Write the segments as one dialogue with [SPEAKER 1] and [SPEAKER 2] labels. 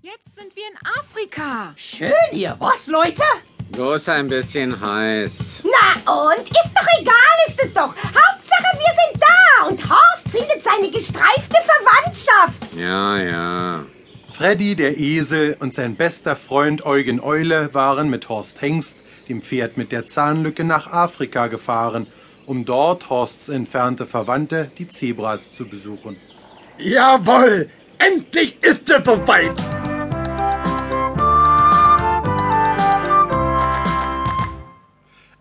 [SPEAKER 1] Jetzt sind wir in Afrika.
[SPEAKER 2] Schön hier, was, Leute?
[SPEAKER 3] Bloß ein bisschen heiß.
[SPEAKER 2] Na und? Ist doch egal, ist es doch. Hauptsache, wir sind da und Horst findet seine gestreifte Verwandtschaft.
[SPEAKER 3] Ja, ja.
[SPEAKER 4] Freddy der Esel und sein bester Freund Eugen Eule waren mit Horst Hengst, dem Pferd mit der Zahnlücke, nach Afrika gefahren, um dort Horsts entfernte Verwandte, die Zebras, zu besuchen.
[SPEAKER 5] Jawohl, endlich ist es soweit.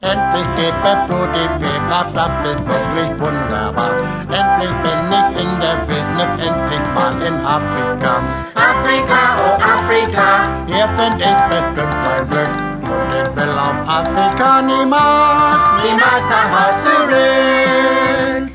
[SPEAKER 6] Endlich geht mir zu die Webkraft, das ist wirklich wunderbar. Endlich bin ich in der Wildnis, endlich mal in Afrika.
[SPEAKER 7] Afrika, oh Afrika,
[SPEAKER 6] Hier find ich bestimmt mein Glück. Und ich will auf Afrika niemals.
[SPEAKER 7] niemals nach Haus zurück.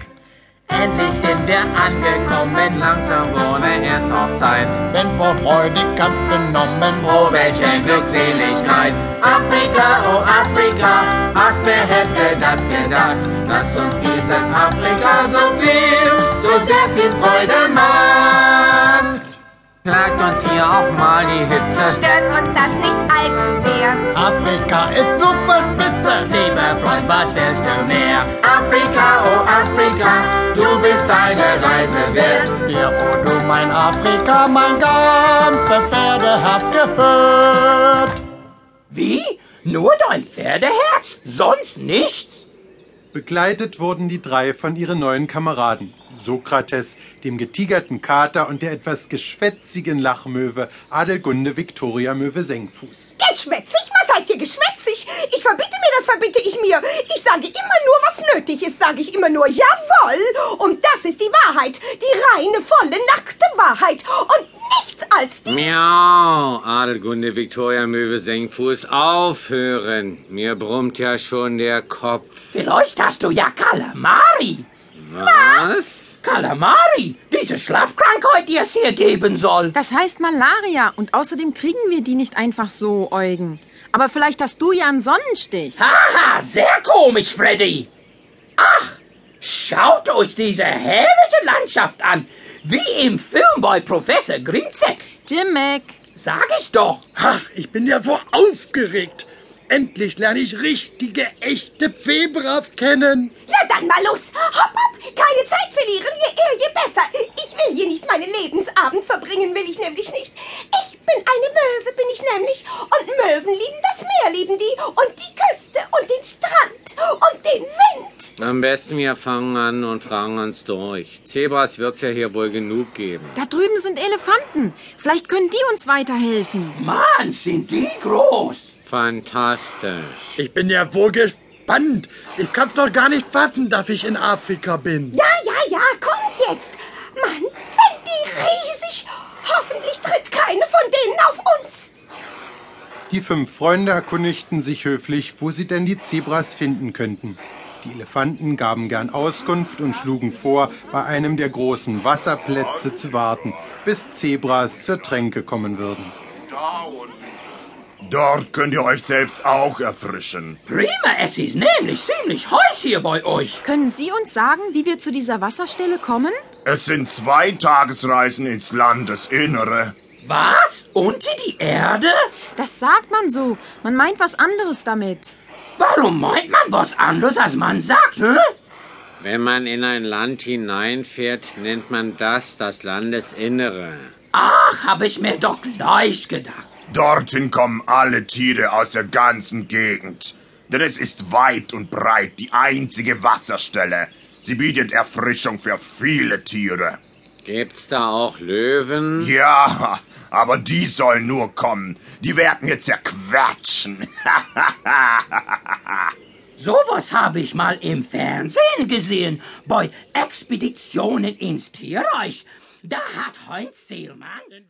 [SPEAKER 8] Endlich sind wir angekommen, langsam wurde es auch Zeit.
[SPEAKER 6] Bin vor Freude ganz benommen.
[SPEAKER 8] Oh, welche Glückseligkeit!
[SPEAKER 7] Afrika, oh Afrika,
[SPEAKER 8] Ach, wer hätte das gedacht, dass uns dieses Afrika so viel, so sehr viel Freude macht. Plagt uns hier auch mal die Hitze,
[SPEAKER 2] Stört uns das nicht allzu sehr.
[SPEAKER 6] Afrika ist super spitze.
[SPEAKER 8] lieber Freund, was wärst du mehr?
[SPEAKER 7] Afrika, oh Afrika,
[SPEAKER 8] Du bist eine Reise wert.
[SPEAKER 6] Dir, oh du mein Afrika, mein ganzes Pferdeherz gehört.
[SPEAKER 2] Wie? Nur dein Pferdeherz? Sonst nichts?
[SPEAKER 4] Begleitet wurden die drei von ihren neuen Kameraden. Sokrates, dem getigerten Kater und der etwas geschwätzigen Lachmöwe Adelgunde Victoria Möwe Senkfuß.
[SPEAKER 2] Geschwätzig? Was heißt hier geschwätzig? Ich verbitte mir, das verbitte ich mir. Ich sage immer nur, was nötig ist, sage ich immer nur jawohl. Und das ist die Wahrheit. Die reine, volle, nackte Wahrheit. Und nichts als die...
[SPEAKER 3] Miau, Adelgunde Victoria Möwe Senkfuß, aufhören. Mir brummt ja schon der Kopf.
[SPEAKER 9] Vielleicht hast du ja Kalamari.
[SPEAKER 3] Was?
[SPEAKER 9] Kalamari, diese Schlafkrankheit, die es hier geben soll.
[SPEAKER 1] Das heißt Malaria und außerdem kriegen wir die nicht einfach so, Eugen. Aber vielleicht hast du ja einen Sonnenstich.
[SPEAKER 9] Haha, sehr komisch, Freddy. Ach, schaut euch diese herrliche Landschaft an. Wie im Film bei Professor Grimzek.
[SPEAKER 1] Jimmick,
[SPEAKER 9] Sag ich doch.
[SPEAKER 5] Ach, ich bin ja so aufgeregt. Endlich lerne ich richtige, echte Zebras kennen.
[SPEAKER 2] Ja, dann mal los. Hopp, hopp. Keine Zeit verlieren. Je eher, je besser. Ich will hier nicht meinen Lebensabend verbringen, will ich nämlich nicht. Ich bin eine Möwe, bin ich nämlich. Und Möwen lieben das Meer, lieben die. Und die Küste und den Strand und den Wind.
[SPEAKER 3] Am besten wir fangen an und fragen uns durch. Zebras wird's ja hier wohl genug geben.
[SPEAKER 1] da drüben sind Elefanten. Vielleicht können die uns weiterhelfen.
[SPEAKER 9] Mann, sind die groß.
[SPEAKER 3] Fantastisch.
[SPEAKER 5] Ich bin ja wohl gespannt. Ich kann's doch gar nicht fassen, dass ich in Afrika bin.
[SPEAKER 2] Ja, ja, ja. Kommt jetzt. Mann, sind die riesig. Hoffentlich tritt keine von denen auf uns.
[SPEAKER 4] Die fünf Freunde erkundigten sich höflich, wo sie denn die Zebras finden könnten. Die Elefanten gaben gern Auskunft und schlugen vor, bei einem der großen Wasserplätze zu warten, bis Zebras zur Tränke kommen würden.
[SPEAKER 10] Dort könnt ihr euch selbst auch erfrischen.
[SPEAKER 9] Prima, es ist nämlich ziemlich heiß hier bei euch.
[SPEAKER 1] Können Sie uns sagen, wie wir zu dieser Wasserstelle kommen?
[SPEAKER 10] Es sind zwei Tagesreisen ins Landesinnere.
[SPEAKER 9] Was? Unter die Erde?
[SPEAKER 1] Das sagt man so. Man meint was anderes damit.
[SPEAKER 9] Warum meint man was anderes, als man sagt, hä?
[SPEAKER 3] Wenn man in ein Land hineinfährt, nennt man das das Landesinnere.
[SPEAKER 9] Ach, hab ich mir doch gleich gedacht.
[SPEAKER 10] Dorthin kommen alle Tiere aus der ganzen Gegend. Denn es ist weit und breit die einzige Wasserstelle. Sie bietet Erfrischung für viele Tiere.
[SPEAKER 3] Gibt's da auch Löwen?
[SPEAKER 10] Ja, aber die sollen nur kommen. Die werden jetzt zerquetschen.
[SPEAKER 9] Sowas habe ich mal im Fernsehen gesehen, bei Expeditionen ins Tierreich. Da hat Heinz Seelmann...